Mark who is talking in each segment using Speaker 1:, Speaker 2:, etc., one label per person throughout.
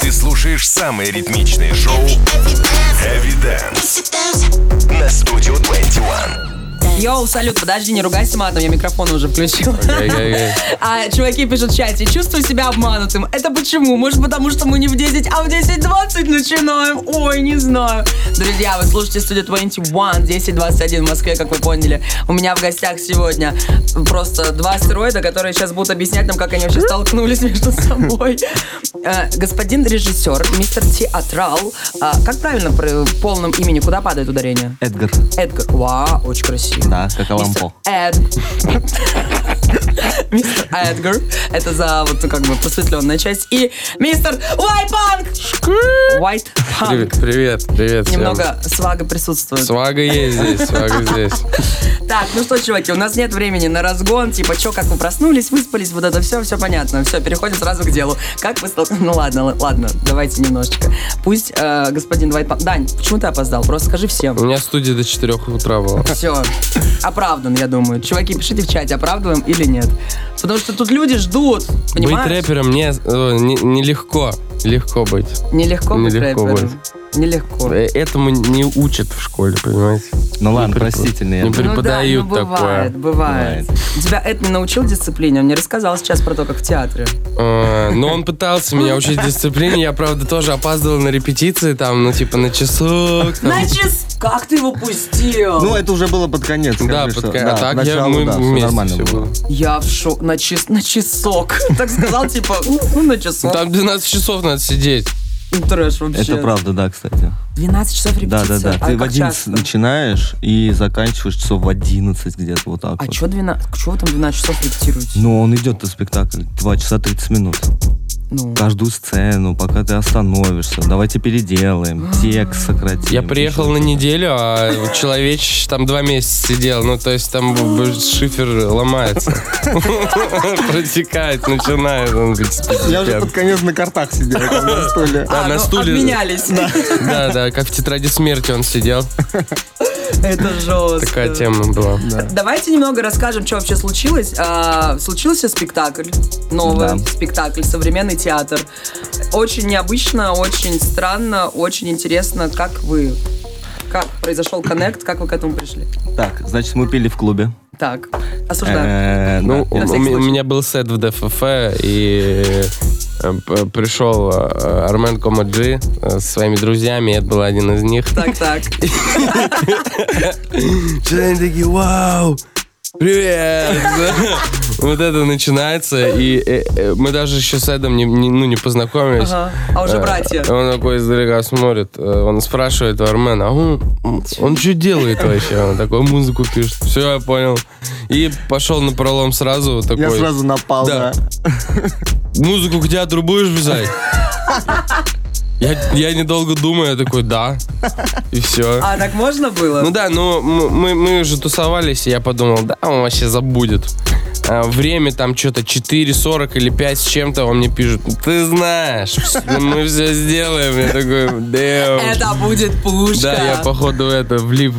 Speaker 1: Ты слушаешь самые ритмичные шоу Evidence на Studio 21.
Speaker 2: Йоу, салют, подожди, не ругайся матом, я микрофон уже включил.
Speaker 3: Эй-эй-эй.
Speaker 2: А чуваки пишут в чате, чувствую себя обманутым. Это почему? Может, потому что мы не в 10, а в 10.20 начинаем? Ой, не знаю. Друзья, вы слушаете студию 21, 10.21 в Москве, как вы поняли. У меня в гостях сегодня просто два астероида, которые сейчас будут объяснять нам, как они вообще столкнулись между собой. Э, Господин режиссер, мистер Театрал, а как правильно при полном имени, куда падает ударение?
Speaker 3: Эдгар.
Speaker 2: Эдгар. Вау, очень красиво.
Speaker 3: Да, как
Speaker 2: Мистер
Speaker 3: Алампо.
Speaker 2: Эд. Мистер Эдгар. Это за вот ну, как бы просветленная часть. И мистер Уайтпанк.
Speaker 3: Привет,
Speaker 2: Уайтпанк.
Speaker 3: привет, привет всем.
Speaker 2: Немного свага присутствует.
Speaker 3: Свага есть здесь, свага здесь.
Speaker 2: Так, ну что, чуваки, у нас нет времени на разгон. Типа, чё, как вы проснулись, выспались, вот это все, все понятно. Все, переходим сразу к делу. Как вы столкнулись? Ну ладно, л- ладно, давайте немножечко. Пусть э, господин Уайтпанк... Дань, почему ты опоздал? Просто скажи всем.
Speaker 3: У меня студия до 4 утра была.
Speaker 2: Все, оправдан, я думаю. Чуваки, пишите в чате, оправдываем или нет. Потому что тут люди ждут,
Speaker 3: Быть
Speaker 2: понимаешь?
Speaker 3: рэпером не- э, не- нелегко. Легко быть.
Speaker 2: Нелегко быть
Speaker 3: Нелегко
Speaker 2: рэпером. Нелегко.
Speaker 3: Э, Этому не учат в школе, понимаете?
Speaker 4: Ну ладно,
Speaker 3: припо-
Speaker 4: простительно. я
Speaker 3: не
Speaker 2: Ну да,
Speaker 4: думаю.
Speaker 2: ну
Speaker 3: преподают
Speaker 2: бывает,
Speaker 3: такое.
Speaker 2: бывает. Тебя это не научил дисциплине? Он мне рассказал сейчас про то, как в театре.
Speaker 3: Э, Но он пытался меня учить дисциплине. Я, правда, тоже опаздывал на репетиции, там, ну, типа, на часок. там.
Speaker 2: Значит, как ты его пустил?
Speaker 4: Ну, это уже было под конец.
Speaker 3: Да,
Speaker 4: скажи,
Speaker 3: под
Speaker 4: что-
Speaker 3: кон-
Speaker 4: да,
Speaker 3: а так я,
Speaker 4: начало,
Speaker 3: мы
Speaker 4: да, всё
Speaker 3: вместе
Speaker 4: нормально
Speaker 3: все
Speaker 4: было.
Speaker 3: было.
Speaker 2: Я в шоке. На, чис- на часок. Так сказал, типа, «Ну, ну, на
Speaker 3: Ну,
Speaker 2: часок.
Speaker 3: Там 12 часов надо сидеть.
Speaker 2: Трэш вообще.
Speaker 4: Это правда, да, кстати.
Speaker 2: 12 часов
Speaker 4: Да,
Speaker 2: репетиции.
Speaker 4: да, да.
Speaker 2: А
Speaker 4: Ты в
Speaker 2: как
Speaker 4: 11
Speaker 2: часто?
Speaker 4: начинаешь и заканчиваешь часов в 11 где-то вот так
Speaker 2: А
Speaker 4: вот.
Speaker 2: чё 12? Чего вы там 12 часов репетируете?
Speaker 4: Ну, он идет этот спектакль 2 часа 30 минут.
Speaker 2: Ну.
Speaker 4: Каждую сцену, пока ты остановишься. Давайте переделаем. Текст сократим.
Speaker 3: А. Я приехал на неделю, а вот человечище там два месяца сидел. Ну, то есть там б- б- шифер ломается. Протекает, начинает он быть
Speaker 4: Я уже под конец на картах сидел там на стуле.
Speaker 3: Да,
Speaker 2: А,
Speaker 3: на
Speaker 2: ну,
Speaker 3: стуле.
Speaker 2: обменялись.
Speaker 3: Да, да, как в тетради смерти он сидел.
Speaker 2: Это жестко.
Speaker 3: Такая тема была.
Speaker 2: Давайте немного расскажем, что вообще случилось. А, случился спектакль, новый
Speaker 4: Да.
Speaker 2: спектакль, современный театр. Очень необычно, очень странно, очень интересно, как вы, как произошел коннект, как вы к этому пришли.
Speaker 4: Так, значит, мы пили в клубе.
Speaker 2: Так, осуждаю.
Speaker 4: Э,
Speaker 3: Ну,
Speaker 4: да.
Speaker 3: у,
Speaker 2: На
Speaker 3: у
Speaker 2: всякий
Speaker 3: меня- у
Speaker 2: случай.
Speaker 3: меня был сет в ДФФ, и э, п- пришел э, Армен Комаджи э, со своими друзьями, и это был один из них.
Speaker 2: Так, так.
Speaker 3: Что они такие, вау, привет. Вот это начинается, и э, э, мы даже еще с Эдом не- не ну, не познакомились.
Speaker 2: Ага. А уже
Speaker 3: Э,
Speaker 2: братья.
Speaker 3: Он такой издалека смотрит, э, он спрашивает у Армена, а он, он что делает вообще? Он такой музыку пишет. Все, я понял. И пошел на пролом сразу вот такой.
Speaker 4: Я сразу напал,
Speaker 3: Да.
Speaker 4: да.
Speaker 3: Музыку к театру будешь вязать? Я, я недолго думаю, я такой, да. И все.
Speaker 2: А так можно было?
Speaker 3: Ну да, ну м- мы, мы же тусовались, и я подумал, да, он вообще забудет. А, время там что-то 4.40 или 5 с чем-то, он мне пишет, ты знаешь, вс- мы все сделаем. Я такой, да.
Speaker 2: Это будет пушка.
Speaker 3: Да, я походу это влип.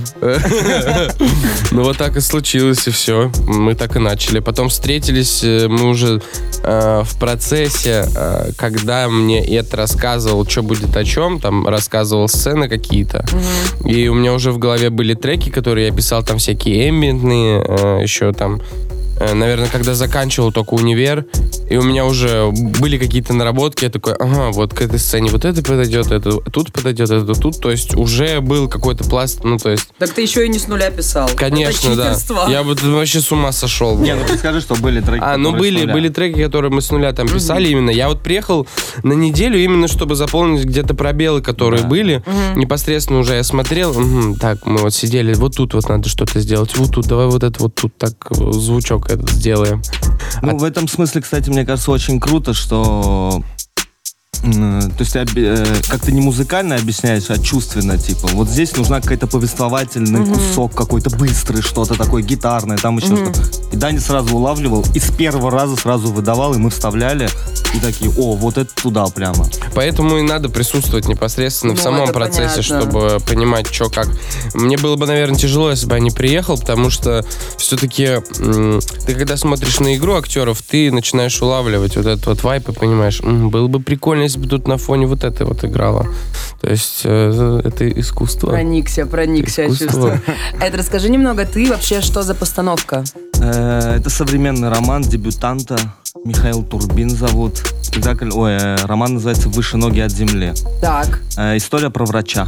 Speaker 3: Ну вот так и случилось, и все. Мы так и начали. Потом встретились, э, мы уже э, в процессе, э, когда мне Эд рассказывал, что будет о чем, там рассказывал сцены какие-то. И у меня уже в голове были треки, которые я писал, там всякие эмбиентные, э, еще там э, наверное, когда заканчивал только универ, и у меня уже были какие-то наработки, я такой, ага, вот к этой сцене вот это подойдет, это тут подойдет, это тут, то есть уже был какой-то пласт, ну, то есть,
Speaker 2: Так ты еще и не с нуля писал.
Speaker 3: конечно,
Speaker 2: Это
Speaker 3: да,
Speaker 2: читерство.
Speaker 3: я бы вообще с ума сошел. бы.
Speaker 4: Не, ну ты скажи, что были треки.
Speaker 3: А, ну
Speaker 4: которые с
Speaker 3: были,
Speaker 4: нуля.
Speaker 3: были треки, которые мы с нуля там писали именно. Я вот приехал на неделю именно, чтобы заполнить где-то пробелы, которые были. Непосредственно уже я смотрел. мгм, так, мы вот сидели, вот тут вот надо что-то сделать, вот тут, давай вот это вот тут так э, звучок этот сделаем.
Speaker 4: Ну, в этом смысле, кстати, мне кажется, очень круто, что... м, То есть ты обе- э, как-то не музыкально объясняешь, а чувственно, типа. Вот здесь нужна какая-то повествовательный кусок какой-то быстрый, что-то такое гитарное, там еще что-то. И Даня сразу улавливал, и с первого раза сразу выдавал, и мы вставляли, и такие, о, вот это туда прямо.
Speaker 3: Поэтому и надо присутствовать непосредственно в
Speaker 2: Ну,
Speaker 3: самом
Speaker 2: это понятно.
Speaker 3: процессе, чтобы понимать, что как. Мне было бы, наверное, тяжело, если бы я не приехал, потому что все-таки ты, когда смотришь на игру актеров, ты начинаешь улавливать вот этот вот вайп и понимаешь, «М, было бы прикольно, если бы тут на фоне вот это вот играло. То есть э, это искусство.
Speaker 2: Проникся, проникся, я
Speaker 3: Искусство.
Speaker 2: чувствую. Эд, расскажи немного, ты вообще что за постановка?
Speaker 4: Э, Это современный роман дебютанта. Михаил Турбин зовут. Спектакль, ой, э, роман называется «Выше ноги от земли».
Speaker 2: Так,
Speaker 4: Э, История про врача,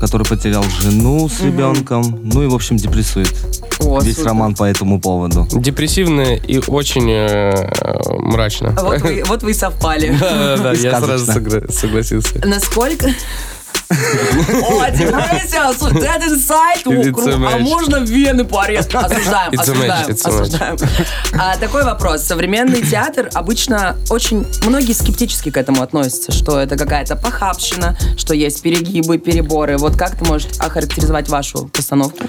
Speaker 4: который потерял жену с ребенком, ну и, в общем, депрессует.
Speaker 2: о,
Speaker 4: Весь
Speaker 2: супер.
Speaker 4: роман по этому поводу.
Speaker 3: Депрессивно и очень э, э, мрачно.
Speaker 2: А Вот вы, вот вы и совпали.
Speaker 3: Да, да, да,
Speaker 4: И
Speaker 3: я сразу
Speaker 4: сказочно.
Speaker 3: согра- согласился.
Speaker 2: Насколько... О, депрессия, слушай, that inside,
Speaker 3: It's
Speaker 2: о, круто.
Speaker 3: a
Speaker 2: а
Speaker 3: match.
Speaker 2: можно вены порезать? Осуждаем,
Speaker 3: It's a match,
Speaker 2: осуждаем,
Speaker 3: it's a match.
Speaker 2: осуждаем. А, такой вопрос. Современный театр обычно очень... Многие скептически к этому относятся, что это какая-то похабщина, что есть перегибы, переборы. Вот как ты можешь охарактеризовать вашу постановку?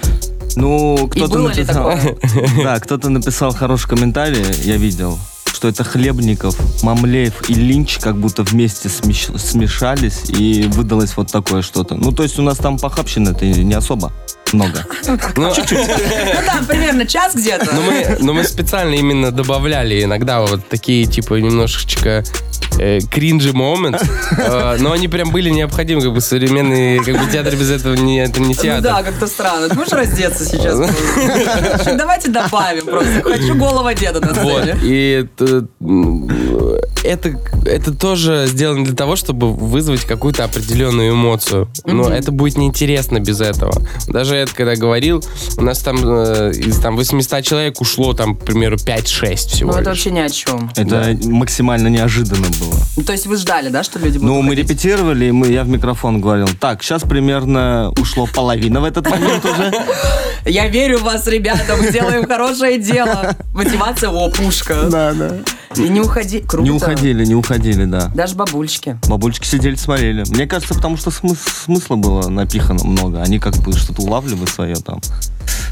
Speaker 4: Ну,
Speaker 2: И
Speaker 4: кто-то
Speaker 2: было ли
Speaker 4: написал...
Speaker 2: такое?
Speaker 4: Да, кто-то написал хороший комментарий, я видел, что это Хлебников, Мамлеев и Линч как будто вместе смеш- смешались и выдалось вот такое что-то. Ну, то есть у нас там похабщины-то и не особо много.
Speaker 2: а
Speaker 3: Ну,
Speaker 2: Ну там примерно час где-то.
Speaker 3: Но мы, но мы специально именно добавляли иногда вот такие, типа, немножечко э, кринжи момент, Э, но они прям были необходимы, как бы современный, как бы театр без этого не, это не
Speaker 2: Ну да,
Speaker 3: театр.
Speaker 2: как-то странно. Ты можешь раздеться сейчас? Слушай, Давайте добавим просто. Хочу голова деда на
Speaker 3: Вот,
Speaker 2: сцене.
Speaker 3: и это, м, это, это тоже сделано для того, чтобы вызвать какую-то определенную эмоцию. Но это будет неинтересно без этого. Даже это когда говорил, у нас там э, из там 800 человек ушло, там, к примеру, 5-6
Speaker 2: Ну
Speaker 3: всего
Speaker 2: это
Speaker 3: лишь.
Speaker 2: вообще ни о чем.
Speaker 4: Это максимально неожиданно было.
Speaker 2: Ну, То есть вы ждали, да, что люди будут?
Speaker 4: Ну, мы репетировали, и мы, я в микрофон говорил, так, сейчас примерно ушло половина в этот момент уже.
Speaker 2: Я верю в вас, ребята, мы делаем хорошее дело. Мотивация, о, пушка.
Speaker 4: Да, да.
Speaker 2: И не уходи. Круто.
Speaker 4: Не уходили, не уходили, да.
Speaker 2: Даже бабульки.
Speaker 4: Бабульчики сидели, смотрели. Мне кажется, потому что смыс- смысла было напихано много. Они как бы что-то улавливали свое там.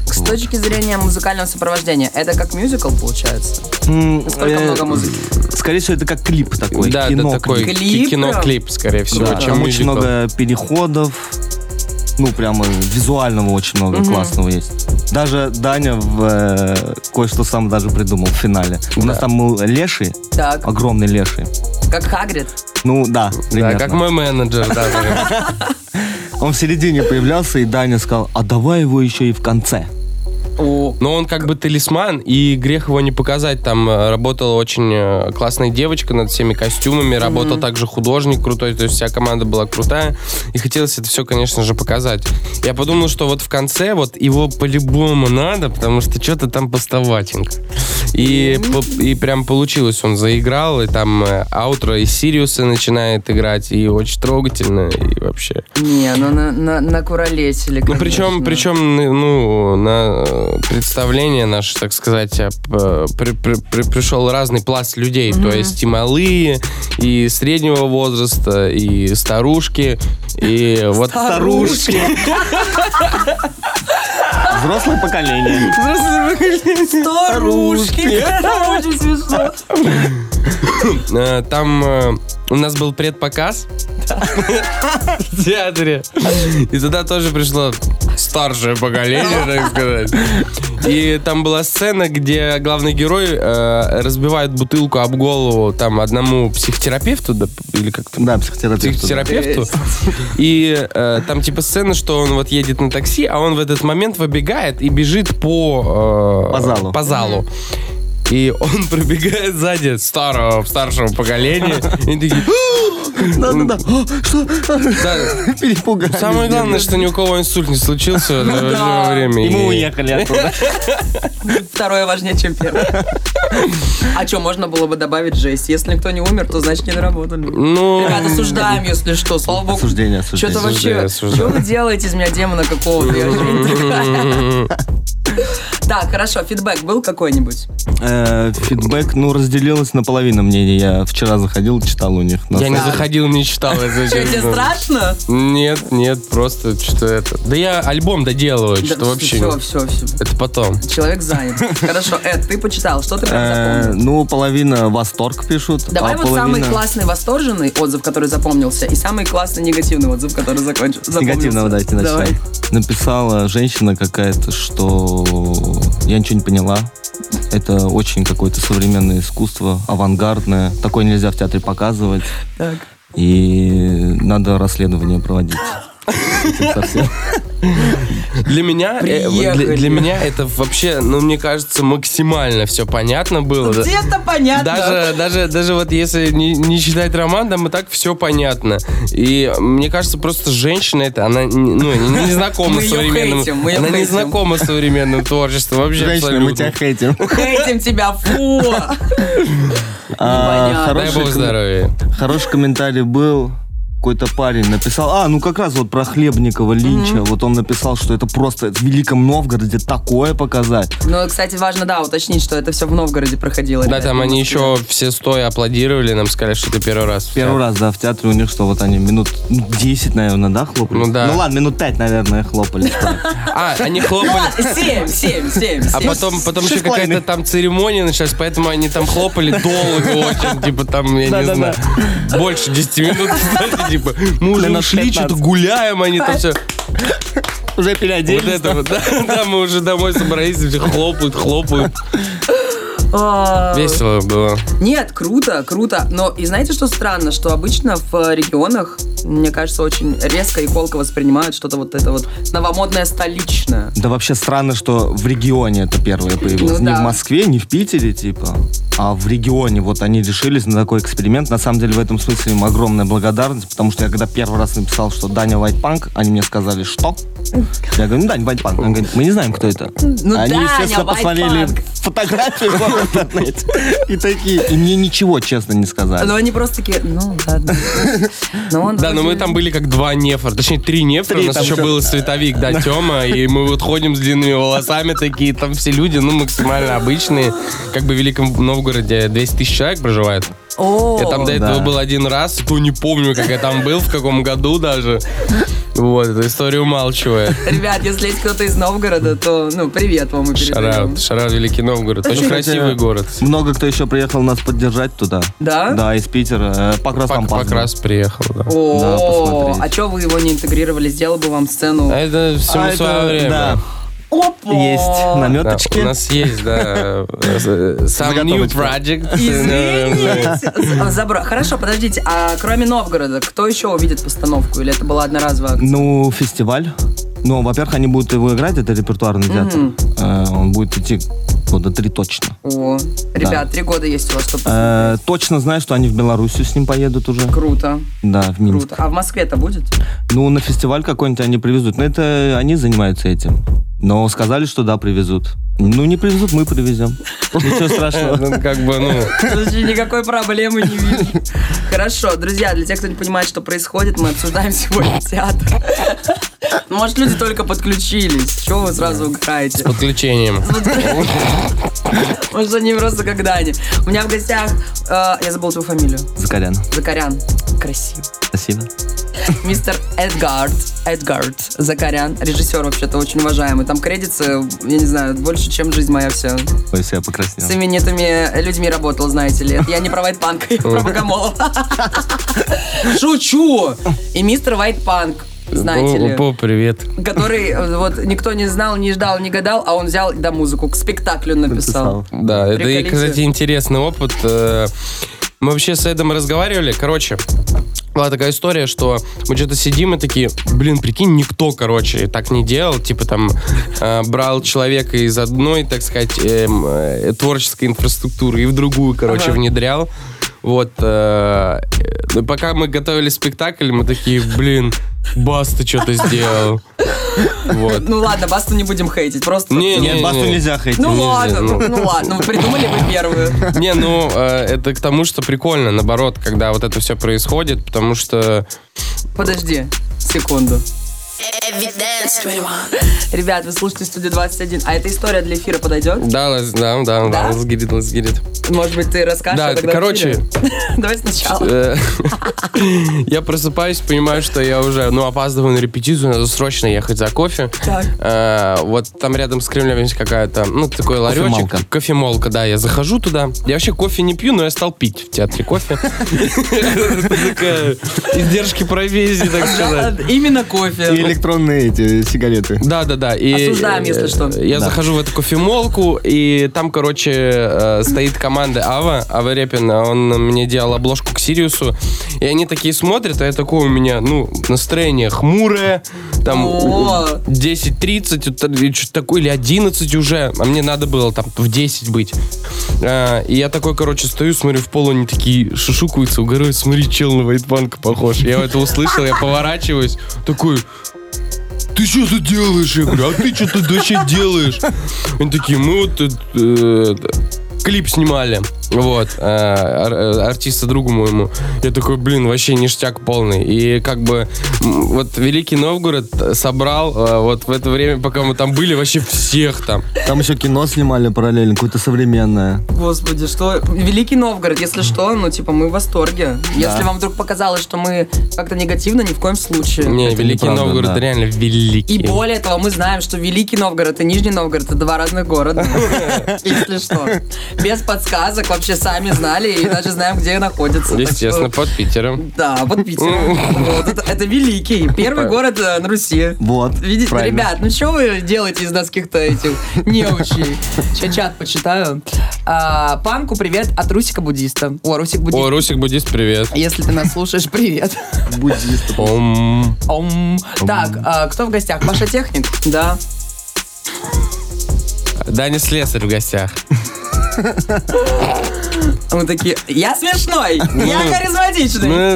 Speaker 2: С точки зрения музыкального сопровождения, это как мюзикл получается?
Speaker 4: М,
Speaker 2: Насколько
Speaker 4: э,
Speaker 2: много музыки?
Speaker 4: Скорее всего, это как клип такой.
Speaker 3: да,
Speaker 4: кино,
Speaker 3: да, такой
Speaker 2: клип.
Speaker 3: ки-
Speaker 2: Клип прям?
Speaker 3: кино-клип, скорее всего,
Speaker 4: Да,
Speaker 3: чем
Speaker 4: там очень
Speaker 3: мюзикл.
Speaker 4: много переходов. Ну, прямо визуального очень много классного есть. Даже Даня в, э, кое-что сам даже придумал в финале. У нас там был леший,
Speaker 2: Так,
Speaker 4: огромный леший.
Speaker 2: как Хагрид.
Speaker 4: Ну, да,
Speaker 3: Да,
Speaker 4: примерно.
Speaker 3: как мой менеджер, да, например.
Speaker 4: Он в середине появлялся, и Даня сказал, а давай его еще и в конце.
Speaker 2: О,
Speaker 3: Но он как бы талисман, и грех его не показать. Там э, работала очень э, классная девочка над всеми костюмами, работал также художник крутой, то есть вся команда была крутая. И хотелось это все, конечно же, показать. Я подумал, что вот в конце вот его по-любому надо, потому что что-то там поставатенько. И, по- и прям получилось, он заиграл, и там э, аутро из Сириуса начинает играть, и очень трогательно, и вообще...
Speaker 2: не, ну на, на, накуролесили,
Speaker 3: Ну, причем,
Speaker 2: конечно.
Speaker 3: причем, ну, на э, представление наше, так сказать, э, при- при- при- пришел разный пласт людей, то есть и малые, и среднего возраста, и старушки, и вот...
Speaker 4: Старушки. Взрослое поколение.
Speaker 2: Старушки. Это очень смешно.
Speaker 3: Э, Там э, у нас был предпоказ в театре. И туда тоже пришло старшее поколение, так сказать. И там была сцена, где главный герой э, разбивает бутылку об голову там одному психотерапевту, да, или как-то
Speaker 4: Да, психотерапевт.
Speaker 3: психотерапевту. И э, там типа сцена, что он вот едет на такси, а он в этот момент выбегает и бежит по, э,
Speaker 4: По залу.
Speaker 3: По залу. И он пробегает сзади старого, старшего поколения. И такие,
Speaker 4: Да-да-да. А, Что?
Speaker 3: «Да,
Speaker 4: Перепугались.
Speaker 3: Самое главное, что ни у кого инсульт не случился во
Speaker 2: да.
Speaker 3: время.
Speaker 4: И мы
Speaker 3: И-
Speaker 4: уехали оттуда.
Speaker 2: Второе важнее, чем первое. А что, можно было бы добавить жесть? Если никто не умер, то значит не доработали.
Speaker 3: Ну,
Speaker 2: Ребят, осуждаем, если что, слава богу.
Speaker 4: Осуждение,
Speaker 2: Что-то
Speaker 4: осуждение.
Speaker 3: Осуждаю,
Speaker 2: вообще,
Speaker 3: осуждаю.
Speaker 2: что вы делаете из меня демона какого-то? Я же не такая. Так, хорошо, фидбэк был какой-нибудь?
Speaker 4: Э, Фидбэк, ну, разделилось наполовину мнений. Я вчера заходил, читал у них. на
Speaker 3: Я не
Speaker 4: сайте.
Speaker 3: заходил, не читал. я
Speaker 2: Что,
Speaker 3: зачем
Speaker 2: тебе
Speaker 3: знаю?
Speaker 2: страшно?
Speaker 3: Нет, нет, просто что это. Да я альбом доделываю, что вообще.
Speaker 2: Все, все, все.
Speaker 3: Это потом.
Speaker 2: Человек занят. Хорошо, Эд, ты почитал, что ты прям
Speaker 4: Э,
Speaker 2: запомнил?
Speaker 4: Ну, половина восторг пишут,
Speaker 2: Давай
Speaker 4: а
Speaker 2: вот самый
Speaker 4: половина
Speaker 2: классный восторженный отзыв, который запомнился, и самый классный негативный отзыв, который закончил.
Speaker 4: с негативного
Speaker 2: запомнился.
Speaker 4: дайте
Speaker 2: Давай.
Speaker 4: начнем. Написала женщина какая-то, что я ничего не поняла. Это очень какое-то современное искусство, авангардное. Такое нельзя в театре показывать.
Speaker 2: Так.
Speaker 4: И надо расследование проводить. Это совсем.
Speaker 3: Для меня, э, вот
Speaker 2: Приехали.
Speaker 3: для, для меня это вообще, ну, мне кажется, максимально все понятно было. Да-
Speaker 2: Где-то понятно.
Speaker 3: Даже, даже, даже вот если не, не читать роман, там и так все понятно. И мне кажется, просто женщина это, она не- ну, не, не знакома
Speaker 2: Мы
Speaker 3: с
Speaker 2: её
Speaker 3: современным.
Speaker 2: хейтим, мы её
Speaker 3: она не
Speaker 2: хейтим.
Speaker 3: знакома с современным творчеством вообще
Speaker 4: Женщина, мы
Speaker 3: абсолютно.
Speaker 4: тебя хейтим.
Speaker 2: Хейтим тебя, фу.
Speaker 4: А,
Speaker 2: Непонятно.
Speaker 3: Дай
Speaker 4: хороший
Speaker 3: бог
Speaker 4: ком-
Speaker 3: здоровья.
Speaker 4: Хороший комментарий был. Какой-то парень написал, а, ну как раз вот про Хлебникова Линча, вот он написал, что это просто в Великом Новгороде такое показать.
Speaker 2: Ну, кстати, важно, да, уточнить, что это все в Новгороде проходило.
Speaker 3: Да,
Speaker 2: ребят,
Speaker 3: там
Speaker 2: не в
Speaker 3: они
Speaker 2: Москве.
Speaker 3: еще все стоя аплодировали, нам сказали, что это первый раз.
Speaker 4: Первый раз, да, в театре у них что, вот они минут ну, 10, наверное, да, хлопали?
Speaker 3: Ну да.
Speaker 4: Ну ладно, минут 5, наверное, хлопали.
Speaker 3: А, они
Speaker 2: Ну
Speaker 3: хлопали.
Speaker 2: Семь, семь, семь.
Speaker 3: А
Speaker 2: семь.
Speaker 3: потом, потом
Speaker 4: шесть
Speaker 3: еще
Speaker 4: с половиной.
Speaker 3: какая-то там церемония началась, поэтому они там хлопали долго очень, типа там, я не знаю,
Speaker 4: Да-да-да.
Speaker 3: больше 10 минут, знаете, типа, мы уже
Speaker 4: Минут
Speaker 3: ушли,
Speaker 4: 15.
Speaker 3: что-то гуляем, они там все,
Speaker 4: Уже
Speaker 3: вот
Speaker 4: переоделись.
Speaker 3: это вот, да, да, мы уже домой собрались, все хлопают, хлопают.
Speaker 2: А,
Speaker 3: Весело было.
Speaker 2: Нет, круто, круто. Но и знаете, что странно? Что обычно в э, регионах, мне кажется, очень резко и колко воспринимают что-то вот это вот новомодное столичное.
Speaker 4: Да вообще странно, что в регионе это первое
Speaker 2: Ну
Speaker 4: появилось. не
Speaker 2: да.
Speaker 4: в Москве, не в Питере, типа, а в регионе. Вот они решились на такой эксперимент. На самом деле в этом смысле им огромная благодарность, потому что я когда первый раз написал, что Даня Вайтпанк, они мне сказали, что? Я говорю, ну Даня Вайтпанк. Они говорят, мы не знаем, кто это.
Speaker 2: Ну,
Speaker 4: они,
Speaker 2: Даня
Speaker 4: естественно, посмотрели
Speaker 2: Вайтпанк.
Speaker 4: фотографию в интернете. И такие, и мне ничего, честно, не сказали.
Speaker 2: Но они просто такие, ну ладно. Ну, он
Speaker 3: Да, но мы
Speaker 2: вроде-
Speaker 3: там были как два нефра, точнее три нефра, у
Speaker 4: Три
Speaker 3: нас
Speaker 4: там
Speaker 3: еще
Speaker 4: всё.
Speaker 3: был световик, да, Тема, и мы вот ходим с длинными волосами такие, там все люди, ну, максимально обычные, как бы в Великом Новгороде 200 тысяч человек проживает.
Speaker 2: О,
Speaker 3: Я там до этого
Speaker 4: да.
Speaker 3: был один раз, и то не помню, как я там был, в каком году даже. Вот, эту историю умалчивает.
Speaker 2: Ребят, если есть кто-то из Новгорода, то, ну, привет вам и передаем.
Speaker 3: Шараут, Шараут Великий Новгород. Очень
Speaker 4: Кстати,
Speaker 3: красивый город.
Speaker 4: Много кто еще приехал нас поддержать туда.
Speaker 2: Да?
Speaker 4: Да, из Питера. Э, Покрас там
Speaker 3: Пак, Пак
Speaker 4: опаздывал.
Speaker 3: раз приехал, да.
Speaker 4: Да,
Speaker 2: О,
Speaker 4: посмотреть.
Speaker 2: а чё вы его не интегрировали? Сделал бы вам сцену.
Speaker 3: А Это всему
Speaker 4: А это-
Speaker 3: свое время.
Speaker 4: Да,
Speaker 2: Опа!
Speaker 4: есть
Speaker 3: Да,
Speaker 4: наметочки.
Speaker 3: у нас есть, да, э, сам New
Speaker 4: Заготовочка.
Speaker 3: Project.
Speaker 2: Извините. Забро- Хорошо, подождите, а кроме Новгорода, кто еще увидит постановку? Или это была одноразовая акция?
Speaker 4: Ну, фестиваль. Ну, во-первых, они будут его играть, это репертуарный театр. Э, Он будет идти года три точно.
Speaker 2: О, ребят, три года есть у вас, чтобы
Speaker 3: А.
Speaker 4: Э, Точно знаю, что они в Белоруссию с ним поедут уже.
Speaker 2: Круто,
Speaker 4: Да, в Минск.
Speaker 2: круто. А в Москве-то будет?
Speaker 4: Ну, на фестиваль какой-нибудь они привезут. Но это они занимаются этим. Но сказали, что да, привезут. Ну, не привезут, мы привезем. Ничего страшного.
Speaker 3: Ну, Как бы, ну,
Speaker 2: Слушай, никакой проблемы не вижу. Хорошо, друзья, для тех, кто не понимает, что происходит, мы обсуждаем сегодня театр. Ну, Может, люди только подключились. Чего вы сразу играете?
Speaker 3: подключением.
Speaker 2: Может, они просто как Дани. У меня в гостях... э, я забыла твою фамилию.
Speaker 4: Закарян,
Speaker 2: Закарян. Красиво.
Speaker 4: спасибо.
Speaker 2: Мистер Эдгард. Эдгард Закарян. Режиссер вообще-то очень уважаемый. Там кредитсы, я не знаю, больше, чем жизнь моя вся.
Speaker 4: Ой, себя
Speaker 2: С
Speaker 4: покраснел.
Speaker 2: именитыми людьми работал, знаете ли. Это Я не про Вайтпанк, я про Богомола. Шучу! И мистер Вайтпанк, знаете ли.
Speaker 3: Опа, привет.
Speaker 2: Который э, вот никто не знал, не ждал, не гадал, а он взял да музыку к спектаклю написал.
Speaker 3: Да, это, и,
Speaker 2: Приколите.
Speaker 3: кстати, интересный опыт. Э, Мы вообще с Эдом разговаривали. Короче, была такая история, что мы что-то сидим и такие, блин, прикинь, никто, короче, так не делал. Типа там э, брал человека из одной, так сказать, эм, э, творческой инфраструктуры и в другую, короче,
Speaker 2: Ага.
Speaker 3: внедрял. Вот, э, э, пока мы готовили спектакль, мы такие, блин, Бас, ты что-то сделал. Вот.
Speaker 2: Ну ладно, Басту не будем хейтить, просто...
Speaker 3: Не,
Speaker 4: Нет, Басту
Speaker 3: Не-не.
Speaker 4: нельзя хейтить.
Speaker 2: Ну
Speaker 3: нельзя,
Speaker 2: ладно,
Speaker 3: ну.
Speaker 2: ну ладно, вы придумали вы первую.
Speaker 3: Не, ну, э, это к тому, что прикольно, наоборот, когда вот это все происходит, потому что...
Speaker 2: Подожди секунду. Ребят, вы слушаете студию 21, а эта история для эфира подойдет?
Speaker 3: Да, лаз- да, да,
Speaker 2: Да?
Speaker 3: да, let's get it, let's get it.
Speaker 2: Может быть, ты расскажешь?
Speaker 3: Да,
Speaker 2: а тогда в
Speaker 3: короче.
Speaker 2: эфире? Давай сначала.
Speaker 3: Э, Я просыпаюсь, понимаю, что я уже, ну, опаздываю на репетицию, надо срочно ехать за кофе.
Speaker 2: Так.
Speaker 3: Э, Вот там рядом с Кремлем есть какая-то, ну, такой ларечек.
Speaker 4: Кофемолка.
Speaker 3: Кофемолка, да, я захожу туда. Я вообще кофе не пью, но я стал пить в театре кофе. Такая Издержки провизии, так сказать.
Speaker 2: Именно кофе.
Speaker 5: И электронные эти сигареты.
Speaker 3: Да, да, да. И,
Speaker 2: Осуждаем, если
Speaker 3: э,
Speaker 2: что.
Speaker 3: Я захожу в эту кофемолку, и там, короче, э, стоит команда Ава, Ава Репин, а он мне делал обложку к Сириусу, и они такие смотрят, а я такой у меня, ну, настроение хмурое, там
Speaker 2: О.
Speaker 3: 10.30, вот, или что-то такое, или 11 уже, а мне надо было там в 10 быть. А, и я такой, короче, стою, смотрю в пол, они такие шушукаются, угорают, смотри, чел на Вайтбанка похож. Я это услышал, я поворачиваюсь, такой, ты что тут делаешь? Я говорю, а ты что тут вообще делаешь? Они такие, мы вот тут э, клип снимали. Вот, э, ар- э, артиста другу моему. Я такой, блин, вообще ништяк полный. И как бы м, вот Великий Новгород собрал э, вот в это время, пока мы там были, вообще всех там.
Speaker 5: Там еще кино снимали параллельно, какое-то современное.
Speaker 2: Господи, что... Великий Новгород, если что, ну, типа, мы в восторге. Если вам вдруг показалось, что мы как-то негативно, ни в коем случае.
Speaker 3: Не,
Speaker 5: Это
Speaker 3: Великий
Speaker 5: неправда,
Speaker 3: Новгород
Speaker 5: да.
Speaker 3: реально великий.
Speaker 2: И более того, мы знаем, что Великий Новгород и Нижний Новгород это два разных города. Если что. Без подсказок вообще сами знали и даже знаем, где находится. Так что-
Speaker 3: Естественно, под Питером.
Speaker 2: Да, под Питером. Вот, это, это великий, первый город э, на Руси.
Speaker 5: Вот,
Speaker 2: Видите,
Speaker 5: правильно.
Speaker 2: ребят, ну что вы делаете из нас каких-то этих неучей? Сейчас чат почитаю. А, панку привет от Русика Буддиста. О, Русик
Speaker 3: О,
Speaker 2: Буддист.
Speaker 3: Русик Буддист, привет.
Speaker 2: Если ты нас слушаешь, привет.
Speaker 5: Буддист.
Speaker 3: Ом.
Speaker 2: Ом. Так, а, кто в гостях? Маша Техник? Да.
Speaker 3: Даня Слесарь в гостях.
Speaker 2: Мы такие, я смешной, я
Speaker 3: Ну,
Speaker 2: харизматичный.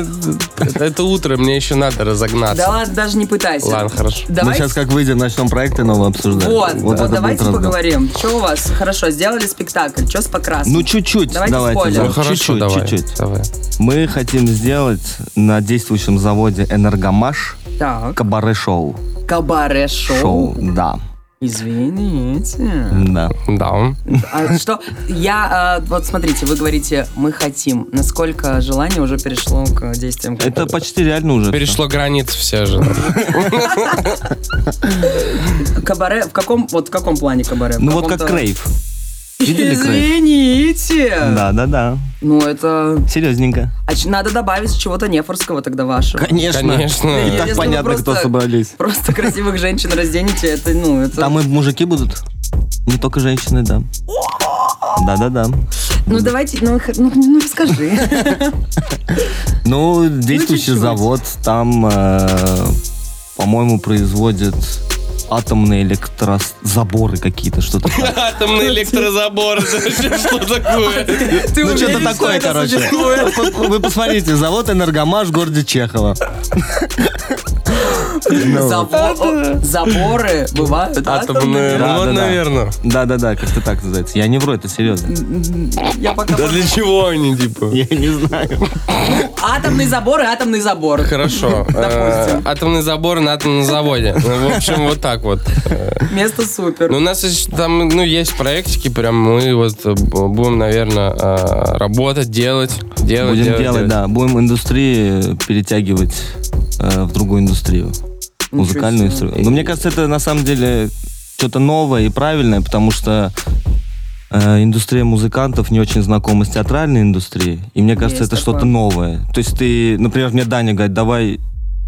Speaker 3: это это утро, мне еще надо разогнаться.
Speaker 2: Да ладно, даже не пытайся.
Speaker 3: Ладно, хорошо.
Speaker 5: Мы
Speaker 2: Давай.
Speaker 5: Ну, сейчас как выйдем, начнем проекты новые обсуждать.
Speaker 2: Вот, вот,
Speaker 5: это будет
Speaker 2: давайте
Speaker 5: разговор.
Speaker 2: поговорим. Что у вас? Хорошо, сделали спектакль, что с покрасом?
Speaker 4: Ну, чуть-чуть.
Speaker 2: Давайте
Speaker 4: Давайте,
Speaker 2: спойлер.
Speaker 4: да,
Speaker 3: Ну хорошо,
Speaker 4: чуть-чуть,
Speaker 3: давай.
Speaker 4: чуть-чуть.
Speaker 3: давай.
Speaker 4: Мы хотим сделать на действующем заводе «Энергомаш»
Speaker 2: так,
Speaker 4: кабаре-шоу.
Speaker 2: кабаре-шоу.
Speaker 4: Шоу, да.
Speaker 2: Извините.
Speaker 4: Да.
Speaker 3: Да.
Speaker 2: А что, я, а, вот смотрите, вы говорите, мы хотим. Насколько желание уже перешло к действиям?
Speaker 4: Это почти реально уже.
Speaker 3: Перешло границы все же.
Speaker 2: Кабаре, в каком, вот в каком плане кабаре? В
Speaker 4: Ну вот
Speaker 2: каком-то-
Speaker 4: как Крейв. Видели Крейв?
Speaker 2: Извините.
Speaker 4: Да, да, да.
Speaker 2: Ну это...
Speaker 4: Серьезненько.
Speaker 2: а ч- надо добавить чего-то нефорского тогда вашего.
Speaker 3: Конечно.
Speaker 5: И
Speaker 2: Если
Speaker 5: так
Speaker 2: вы
Speaker 5: понятно,
Speaker 2: просто-
Speaker 5: кто собрались.
Speaker 2: Просто красивых женщин разденете, это, ну, это...
Speaker 4: Там и А мужики будут. Не только женщины, да. Да, да, да.
Speaker 2: Ну, давайте, ну, х- ну, ну, расскажи.
Speaker 4: Ну, действующий
Speaker 2: чуть-чуть.
Speaker 4: завод там, э, по-моему, производит атомные электрозаборы какие-то, что-то такое.
Speaker 3: Атомный электрозабор. Это вообще Что такое?
Speaker 2: Ты
Speaker 5: Ну, что-то
Speaker 2: уверен,
Speaker 5: такое,
Speaker 2: это
Speaker 5: короче.
Speaker 2: существует?
Speaker 5: Вы посмотрите, завод «Энергомаш» в городе Чехова.
Speaker 4: Ну,
Speaker 2: Забор- о, Заборы бывают
Speaker 3: Атомный.
Speaker 2: атомные.
Speaker 4: Да,
Speaker 3: Ну вот,
Speaker 4: да, да.
Speaker 3: наверное.
Speaker 4: Да-да-да, как-то так называется. Я не вру, это серьезно.
Speaker 2: Я пока...
Speaker 3: Да для чего они, типа?
Speaker 5: Я не знаю.
Speaker 2: Атомный забор и атомный забор.
Speaker 3: Хорошо. Э, Атомный забор на атомном заводе. Ну, В общем, вот так вот.
Speaker 2: Место
Speaker 3: Ну,
Speaker 2: супер.
Speaker 3: у нас есть, там, ну, есть проектики, прям мы вот э, б- будем, наверное, работать, делать, делать,
Speaker 4: Будем
Speaker 3: делать,
Speaker 4: делать,
Speaker 3: делать.
Speaker 4: да. Будем индустрии перетягивать э, в другую индустрию. Музыкальную
Speaker 2: себе.
Speaker 4: индустрию. Но мне кажется, это на самом деле что-то новое и правильное, потому что э, индустрия музыкантов не очень знакома с театральной индустрией. И мне кажется,
Speaker 2: Есть
Speaker 4: это
Speaker 2: такое.
Speaker 4: что-то новое. То есть ты, например, мне Даня говорит, давай